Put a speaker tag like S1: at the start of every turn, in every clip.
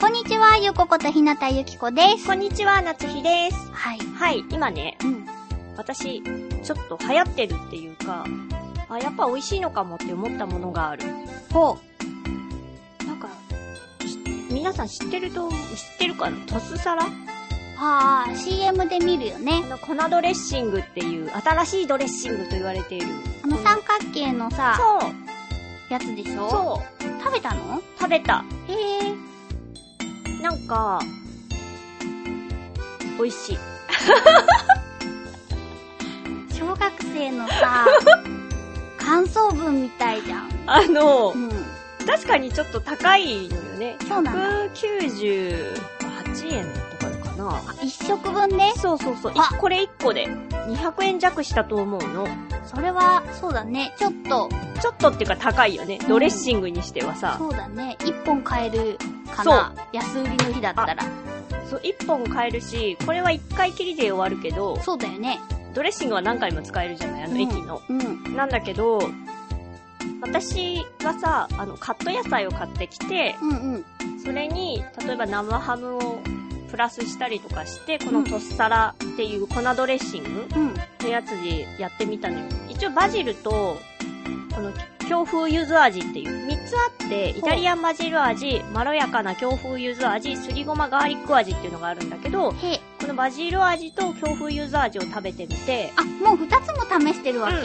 S1: こんにちはゆこことひなたゆきこです
S2: こんにちは、夏日です。
S1: はい
S2: はい、今ね、
S1: うん
S2: 私、ちょっと流行ってるっていうか、あ、やっぱ美味しいのかもって思ったものがある。
S1: ほ
S2: なんか、し皆さん知ってると、知ってるかなトスサラ
S1: うああ CM で見るよね
S2: の粉ドレッシングっていう、新しいドレッシングと言われている。
S1: あの三角形のさ
S2: そう、
S1: やつでしょ
S2: そう、
S1: 食べたの
S2: 食べた。
S1: へえ
S2: なんか、美味しい。
S1: 小学生の さ感想文みたいじゃん
S2: あの
S1: う、ん
S2: 確かにちょっと高いのよね。
S1: そうなんだ
S2: 198円とかかな。
S1: 一食分ね
S2: そうそうそう。
S1: あ
S2: いこれ1個で200円弱したと思うの。
S1: それはそうだねちょっと
S2: ちょっとっていうか高いよね。ドレッシングにしてはさ。
S1: そうだね一本買えるかな安売りの日だったら
S2: そう、1本買えるし、これは1回きりで終わるけど、
S1: そうだよね
S2: ドレッシングは何回も使えるじゃないあの
S1: うん
S2: 駅の。
S1: うん
S2: なんだけど、私はさ、あの、カット野菜を買ってきて、
S1: うんうん
S2: それに、例えば生ハムをプラスしたりとかして、このトスサラっていう粉ドレッシング、
S1: うん
S2: のやつでやってみたのよ。一応バジルと、この、強風柚子味っていう3つあって、イタリアンバジル味、まろやかな強風柚子味、すりごまガーリック味っていうのがあるんだけど、
S1: へえ
S2: このバジル味と強風柚子味を食べてみて、
S1: あもう二つも試してるわけ、
S2: うん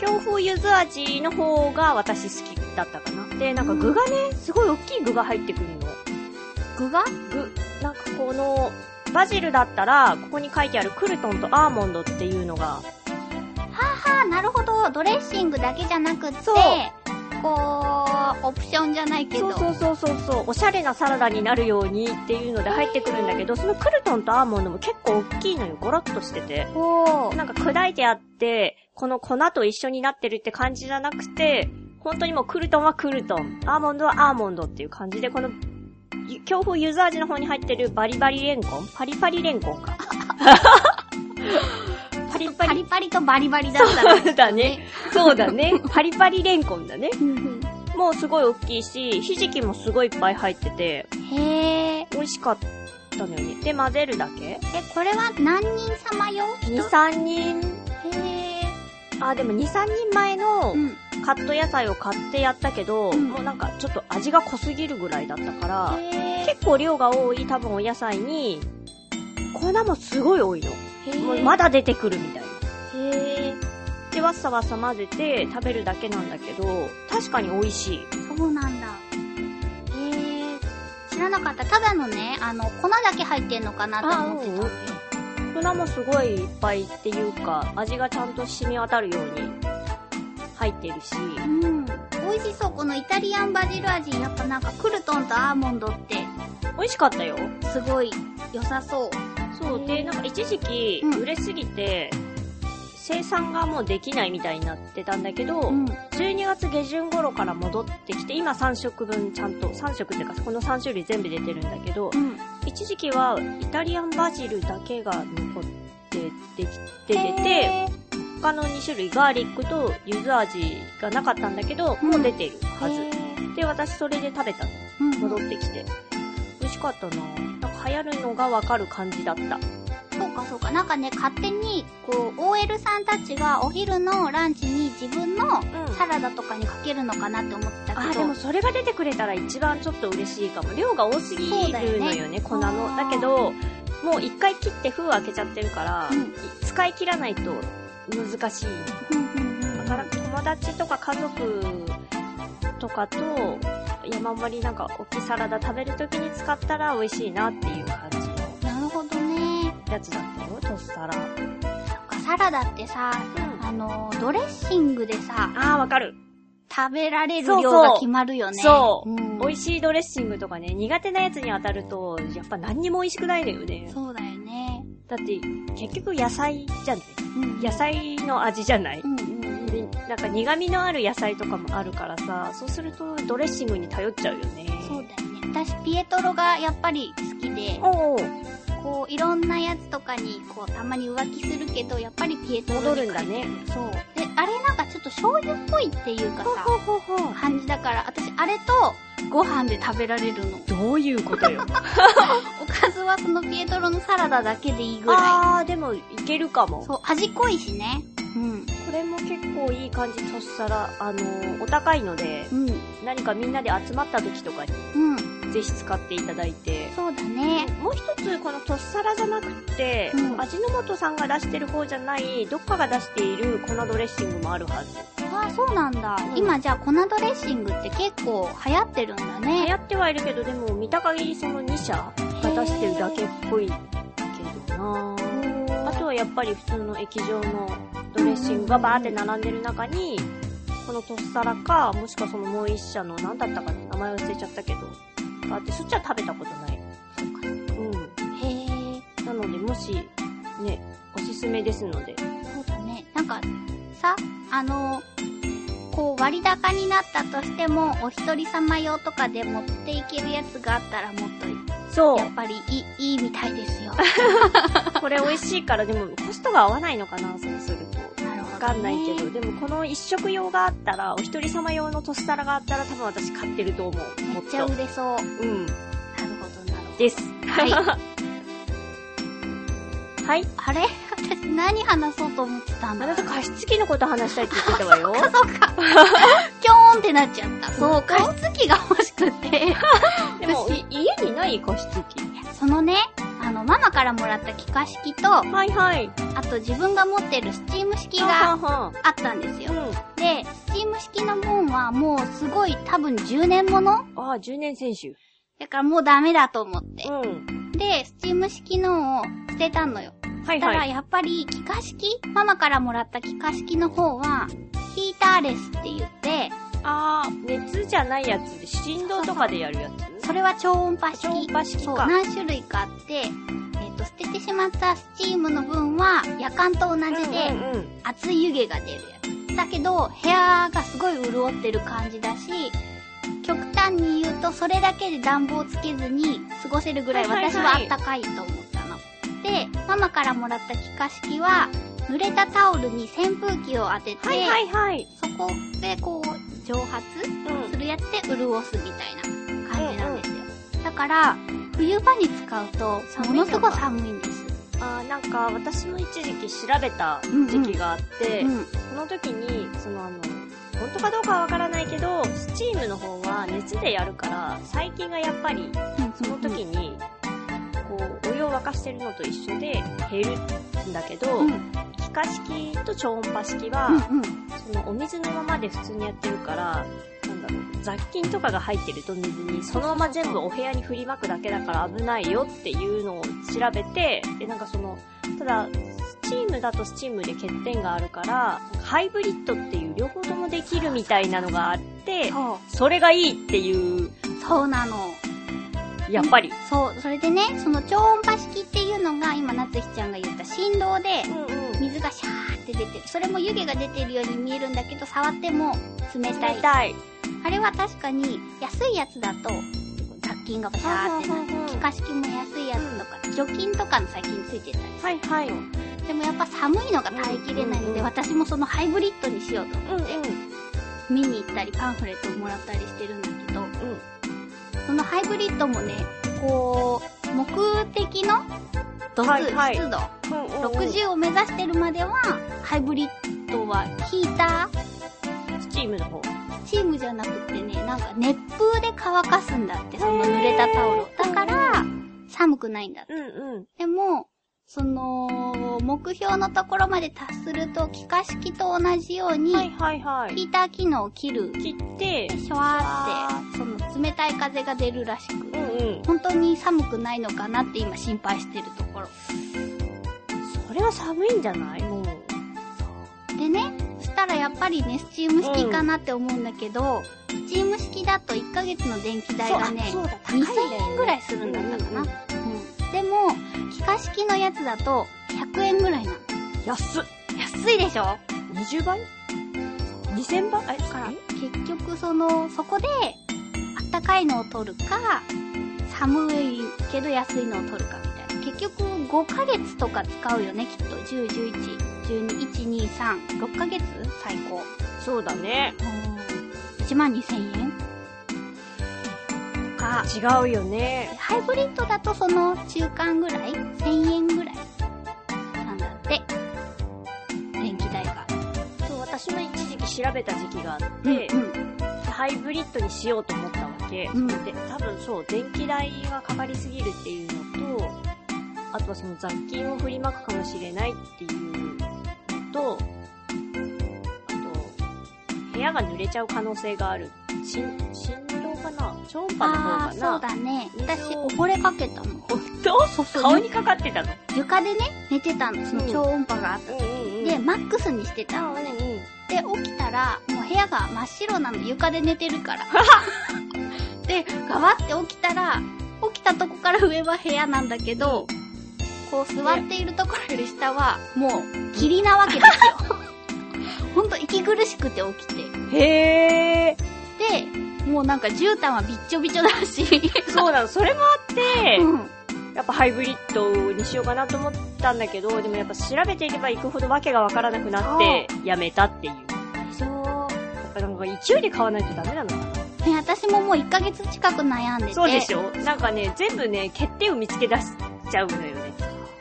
S2: 強風柚子味の方が私好きだったかな。で、なんか具がね、すごい大きい具が入ってくるの。
S1: 具が
S2: 具、なんかこの、バジルだったら、ここに書いてあるクルトンとアーモンドっていうのが、
S1: あなるほどドレッシングだけじゃなくって
S2: そう
S1: こうオプションじゃないけど
S2: そうそうそうそうそうおしゃれなサラダになるようにっていうので入ってくるんだけどそのクルトンとアーモンドも結構大きいのよゴロッとしてて
S1: ほう
S2: なんか砕いてあってこの粉と一緒になってるって感じじゃなくて本当にもうクルトンはクルトンアーモンドはアーモンドっていう感じでこのゆ強風ユーザー味の方に入ってるバリバリレンコンパリパリレンコン かパリ
S1: パ
S2: パリ
S1: リパリとバリバリだったら
S2: そうだねそうだねパリパリレンコンだね
S1: うんうん
S2: もうすごい大きいしひじきもすごいいっぱい入ってて
S1: へえ。
S2: 美味しかったのよね。で、混ぜるだけ
S1: え、これは何人様用
S2: ?2、3人、
S1: へえ。
S2: あ、でも2、3人前の
S1: うん。
S2: カット野菜を買ってやったけど、
S1: うん
S2: もうなんかちょっと味が濃すぎるぐらいだったから、
S1: へえ。
S2: 結構量が多い多分お野菜に、粉もすごい多いの。もう
S1: へ
S2: まだ出てくるみたいな。
S1: え。
S2: で、わっさわっさ混ぜて食べるだけなんだけど、確かに美味しい。
S1: そうなんだ。へえ。知らなかった。ただのね、あの、粉だけ入ってんのかなと思ってた。
S2: 粉もすごいいっぱいっていうか、味がちゃんと染み渡るように入ってるし、
S1: うん。美味しそう。このイタリアンバジル味、やっぱなんかクルトンとアーモンドって、
S2: 美味しかったよ。
S1: すごい良さそう。
S2: そう、
S1: へ
S2: で、
S1: ー
S2: なんか一時期
S1: うん
S2: 売れすぎて、生産がもうできないみたいになってたんだけど、
S1: うん。
S2: 12月下旬頃から戻ってきて、今3食分ちゃんと、3食っていうか、この3種類全部出てるんだけど
S1: う、ん。
S2: 一時期はイタリアンバジルだけが残ってできててて、
S1: へー
S2: 他の2種類ガーリックと柚子味がなかったんだけど、もう出ているは
S1: へ
S2: ず。
S1: ー
S2: で、私それで食べたの。
S1: うん
S2: 戻ってきて。美味しかったななんか流行るのがわかる感じだった。
S1: そうかそうか。なんかね、勝手に、こう、OL さんたちがお昼のランチに自分の
S2: うん
S1: サラダとかにかけるのかなって思ってた
S2: あ
S1: け
S2: ー
S1: ど。
S2: でもそれが出てくれたら一番ちょっと嬉しいかも量が多すぎる
S1: そうだよ
S2: の
S1: ね
S2: よね粉のだけどもう一回切って封開けちゃってるから、
S1: うん
S2: 使い切らないと難しい
S1: うんうんうん
S2: だから友達とか家族とかと山盛りなんか大きいサラダ食べるときに使ったら美味しいなっていう感じの
S1: なるほどね。
S2: やつだったよトスサラ
S1: そっかサラダってさ、
S2: うん
S1: ああの、ドレッシングでさ、
S2: あー、わかる。
S1: 食べられる
S2: そうそう
S1: 量が決まるよね。
S2: そう
S1: うん
S2: 美味しいドレッシングとかね、苦手なやつに当たると、やっぱ何にも美味しくないのよね。
S1: そうだよね。
S2: だって、結局野菜じゃない
S1: うん
S2: 野。菜の味じゃない
S1: うんうんうん。
S2: で、なんか苦味のある野菜とかもあるからさ、そうするとドレッシングに頼っちゃうよね。
S1: そうだよね。私、ピエトロがやっぱり好きで、
S2: おう
S1: こう、いろんなやつとかに、こう、たまに浮気するけど、やっぱりピエトロに
S2: 戻るんだね。
S1: そう。で、あれなんかちょっと醤油っぽいっていうかさ、
S2: うほうほう。
S1: 感じだから、私、あれと、ご飯で食べられるの。
S2: どういうこと よ。
S1: おかずはそのピエトロのサラダだけでいいぐら
S2: あー、でもいけるかも
S1: い。。そう、味濃いしね。うん。
S2: これも結構いい感じとしたら、あのーお高いので、
S1: うん。
S2: 何かみんなで集まった時とかに、
S1: うん。
S2: ぜひ使っていただいて。
S1: そうだね。
S2: もう一つ、このとっさらじゃなくて、
S1: うん
S2: 味の素さんが出してる方じゃない、どっかが出している粉ドレッシングもあるはず。
S1: ああ、そうなんだ。
S2: うん
S1: 今じゃあ粉ドレッシングって結構流行ってるんだ
S2: 流
S1: ね。
S2: 行ってはいるけど、でも見た限りその2社が出してるだけっぽいけどなあとはやっぱり普通の液状のドレッシングがバーって並んでる中に、このとっさらか、もしくはそのもう一社の何だったかね、名前忘れちゃったけど、があって、そっちは食べたことない。う
S1: へえ。
S2: ん。なので、もし、ね、おすすめですので。
S1: そうだね。なんか、さ、あの、こう割高になったとしても、お一人様用とかで持っていけるやつがあったらもっと、
S2: そ
S1: やっぱりいい、いいみたいですよ。
S2: う。これ美味しいから、でもコストが合わないのかな、そうすると。
S1: なるほど、ね。
S2: わかんないけど、でもこの一食用があったら、お一人様用のトスサラがあったら多分私買ってると思う。
S1: め
S2: も
S1: っちゃ
S2: っ
S1: 売
S2: と。
S1: れそう。なる
S2: うん。
S1: ほど、なるほど。
S2: です。
S1: はい。
S2: はい。
S1: あれ 私何話そうと思ってたんだ
S2: あなた加湿器のこと話したいって言ってた わよ。
S1: キョーンってなっちゃった。
S2: そう
S1: 加湿器が欲しく て。
S2: でも、い家にない加湿器。
S1: そのね、あの、ママからもらった気化式と、あ
S2: はいはい。
S1: と自分が持ってるスチーム式
S2: は
S1: が
S2: んはん
S1: あったんですよ。
S2: うん。
S1: で、スチーム式のもんはもうすごい多分10年もの
S2: ああ、10年選手。
S1: だからもうダメだと思って
S2: う。ん。
S1: で、スチーム式のを捨てたのよ。
S2: はい
S1: だから
S2: はい。
S1: やっぱり気化式ママからもらった気化式の方は、ヒーターレスって言って、
S2: ああ、熱じゃないやつで、振動とかでやるやつ
S1: それは超音波
S2: 超音
S1: 式。
S2: 波式
S1: そう、
S2: か。
S1: 何種類かあって、えっ、と、捨ててしまったスチームの分は、夜間と同じで、
S2: うんうんうん。
S1: 熱い湯気が出るやつ。だけど、部屋がすごい潤ってる感じだし、極端に言うと、それだけで暖房つけずに過ごせるぐらい
S2: はいはいはい
S1: 私はあったかいと思ったの。で、ママからもらった気化式は、濡れたタオルに扇風機を当てて、
S2: はいはいはい。
S1: そこでこう、蒸発
S2: うん
S1: す。るやつで潤すみたいな感じなんですよ。だから、冬場に使うと、ものすごい寒いんです。
S2: あーなんか私も一時期調べた時期があって、
S1: うん。
S2: その時にそのあの本当かどうかはわからないけどスチームの方は熱でやるから細菌がやっぱりその時にこうお湯を沸かしてるのと一緒で減るんだけど、
S1: うん、
S2: 気化式と超音波式
S1: うん、
S2: は、
S1: うん。
S2: そのお水のままで普通にやってるからなんだろう雑菌とかが入ってると水にそのまま全部お部屋に振りまくだけだから危ないよっていうのを調べてでなんかそのただスチームだとスチームで欠点があるからハイブリッドっていう両方ともできるみたいなのがあって
S1: そ
S2: それがいいっていう
S1: う。そうなの。
S2: やっぱり、
S1: そう。それでね、その超音波式っていうのが、今、夏日ちゃんが言った振動で、水がシャーって出てる。それも湯気が出てるように見えるんだけど、触っても冷たい。
S2: 冷たい
S1: あれは確かに、安いやつだと、雑菌がバシャーってなる。気化式も安いやつとか、除菌とかの細菌ついてたりする
S2: はいはい
S1: でもやっぱ寒いのが耐えきれないので、
S2: うん
S1: 私もそのハイブリッドにしようと
S2: うんうん
S1: 見に行ったりパンフレットをもらったりしてるんだけど、
S2: うん
S1: そのハイブリッドもね、こう、目的の度数、
S2: はいはい
S1: 湿度、
S2: うんうん
S1: 60を目指してるまでは、ハイブリッドはヒーター
S2: スチームの方
S1: チームじゃなくってね、なんか熱風で乾かすんだって、その濡れたタオルを
S2: へ。
S1: だ
S2: ー
S1: から、寒くないんだって
S2: うんうん
S1: でも、その、目標のところまで達すると、気化式と同じように、
S2: はいはいは
S1: ヒ
S2: い
S1: ーター機能を切る。
S2: 切って
S1: で、シュワーって、その冷たい風が出るらしく
S2: う。んうん
S1: 本当に寒くないのかなって今心配してるところ。
S2: それは寒いんじゃないもう。
S1: でね、そしたらやっぱりね、スチーム式かなって思うんだけど、スチーム式だと1ヶ月の電気代がね、
S2: そうあそうだ、高いんだよね
S1: 2000円ぐらいするんだったかな。うんでも、気化式のやつだと100円ぐらいなの。
S2: 安っ
S1: 安いでしょ
S2: !20 倍 ?2000 倍え、
S1: から結局そのそこであったかいのを取るか寒いけど安いのを取るかみたいな結局5ヶ月とか使うよねきっと1011121236ヶ月最高
S2: そうだね。
S1: 1万2000円か
S2: 違うよね。
S1: ハイブリッドだとその中間ぐらい1000円ぐらいなんだって電気代が
S2: そう、私も一時期調べた時期があって、
S1: うん
S2: ハイブリッドにしようと思ったわけ。
S1: うん
S2: で、多分そう、電気代がかかりすぎるっていうのと、あとはその雑菌を振りまくかもしれないっていうのと、あと、部屋が濡れちゃう可能性がある。しん、振動かな超音波の
S1: ああ
S2: 方かな
S1: そうだね私溺れかけたの
S2: 本当
S1: そうそう
S2: 顔にかかってたの。
S1: 床でね、寝てたの、その超音波があっ
S2: うんう
S1: て、
S2: ん
S1: で、マックスにしてたの。
S2: うんうん。
S1: で、起きたら、もう部屋が真っ白なの、床で寝てる から。で、ガバって起きたら、起きたとこから上は部屋なんだけど、こう座っているところより下は、もう、霧なわけで すよ。ほんと息苦しくて起きて。
S2: へー。
S1: で、もうなんか絨毯はびっちょびちょだし。
S2: そうなの、それもあ って、
S1: うん。
S2: やっぱハイブリッドにしようかなと思ったんだけど、でもやっぱ調べていけば行くほどわけがわからなくなって、やめたっていう。
S1: そう。
S2: やっぱなんか勢いで買わないとダメなのかな
S1: ね、私ももう1ヶ月近く悩んでて。
S2: そうでしょなんかね、全部ね、欠点を見つけ出しちゃうのよね。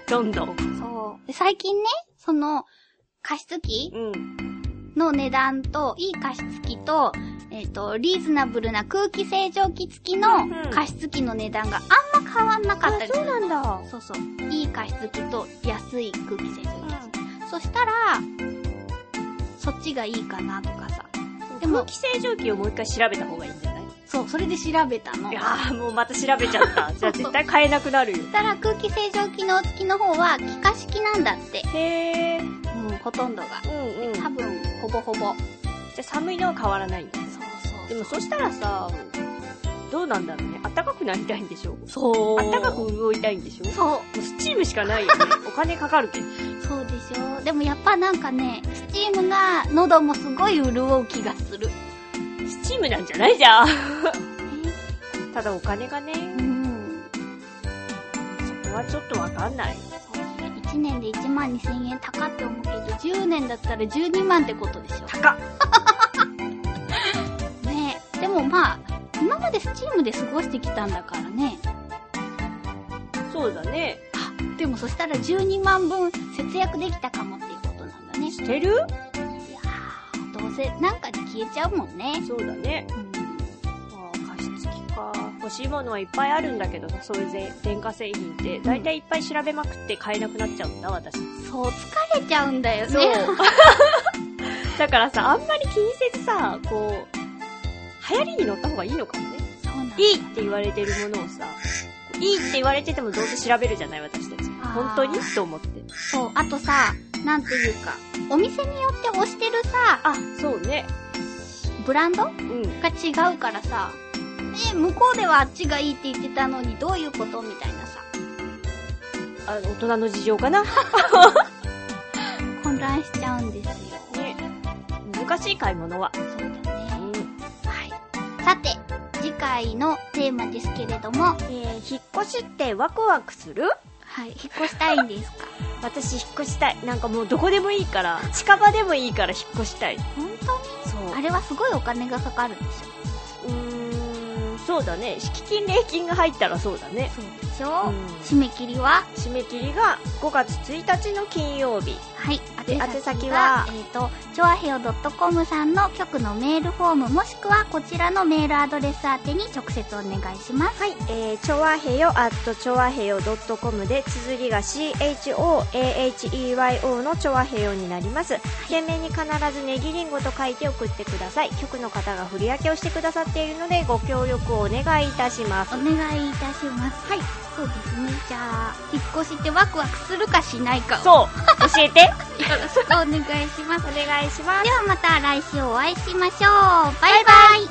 S2: どんどん。
S1: そう。で最近ね、その、加湿器
S2: うん。
S1: の値段と、いい加湿器と、えっ、と、リーズナブルな空気清浄機付きの
S2: うんうん
S1: 加湿器の値段があんま変わんなかったりする。
S2: なんだ。
S1: そうそう。いい加湿器と安い空気清浄機。そしたら、そっちがいいかなとかさ。
S2: でも、空気清浄機をもう一回調べた方がいいんじゃない
S1: そう、それで調べたの。
S2: いや
S1: そ
S2: ー、もうまた調べちゃ った。じゃあ絶対買えなくなるよ。
S1: したら空気清浄機能付きの方は気化式なんだって。
S2: へー。
S1: うん、ほとんどが。
S2: うんうん。じ
S1: 多
S2: ゃ
S1: 分、ほぼほぼ。
S2: あ寒いのは変わらないんだ。
S1: そうそう
S2: でもそしたらさ、どうなんだろうね。暖かくなりたいんでしょ
S1: そう。
S2: 暖かく動いたいんでしょも
S1: そう。
S2: うスチームしかない よね。お金かかるけど。
S1: そうでしょでもやっぱなんかね、スチームが喉もすごい潤う気がする。
S2: スチームなんじゃないじゃん。ただお金がね、
S1: うん。
S2: そこはちょっとわかんない。
S1: 1年で1万2000円高って思うけど、10年だったら12万ってことでしょ
S2: 高っ。
S1: ねえ。でもまあ、今までスチームで過ごしてきたんだからね。
S2: そうだね。
S1: でもそしたら12万分節約できたかもっていうことなんだね。い
S2: してる
S1: やー、どうせなんかで消えちゃうもんね。
S2: そうだね。
S1: うん。
S2: ああ、加湿器か。欲しいものはいっぱいあるんだけどさ、そういうぜ電化製品って、だいたいいっぱい調べまくって買えなくなっちゃうんだ、私。
S1: そう、疲れちゃうんだよね。
S2: だからさ、あんまり気にせずさ、こう、流行りに乗った方がいいのかもね。
S1: そうなんだ
S2: いいって言われてるものをさ、いいって言われててもどうせ調べるじゃない私たち。
S1: あー
S2: 本当にと思って。
S1: そう、あとさ、なんていうか、お店によって推してるさ、
S2: あ、そうね。
S1: ブランドが
S2: うん。
S1: 違うからさ、え、向こうではあっちがいいって言ってたのにどういうことみたいなさ、
S2: あ大人の事情かな。
S1: 混乱しちゃうんですよ。
S2: ね。難しい買い物は。
S1: そうだ
S2: う
S1: ね。
S2: ん。
S1: はい。さて、次回のテーマですけれども、
S2: えー、引っ越しってワクワクする
S1: はい、引っ越したいんですか
S2: 私引っ越したい。なんかもうどこでもいい から、近場でもいいから引っ越したい。
S1: 本当
S2: そう。
S1: にあれはすごいお金がかかるんでし
S2: うーん、そうだね。敷金、礼金が入ったらそうだね
S1: ょ。そうでし
S2: う
S1: ょ、
S2: ん。
S1: 締め切りは
S2: 締め切りが5月1日の金曜日。
S1: はい、
S2: で
S1: 宛先
S2: 宛先
S1: は
S2: は、
S1: えっ、と、ちょあへよ .com さんの局のメールフォームもしくはこちらのメールアドレス宛てに直接お願いします。
S2: はい、えー、ちょわへよ、at ちょわへよ .com で、綴りが CHOAHEYO のちょわへよになります。件名に必ずネギリンゴと書いて送ってください。局の方が振り分けをしてくださっているので、ご協力をお願いいたします。
S1: お願いいたします。
S2: はい。
S1: そうですね。じゃあ、引っ越しってワクワクするかしないかをよ
S2: そう。教えて。
S1: ろしくお願いします。
S2: お願いします
S1: で。はまた来週お会いしましょう。バイバイ。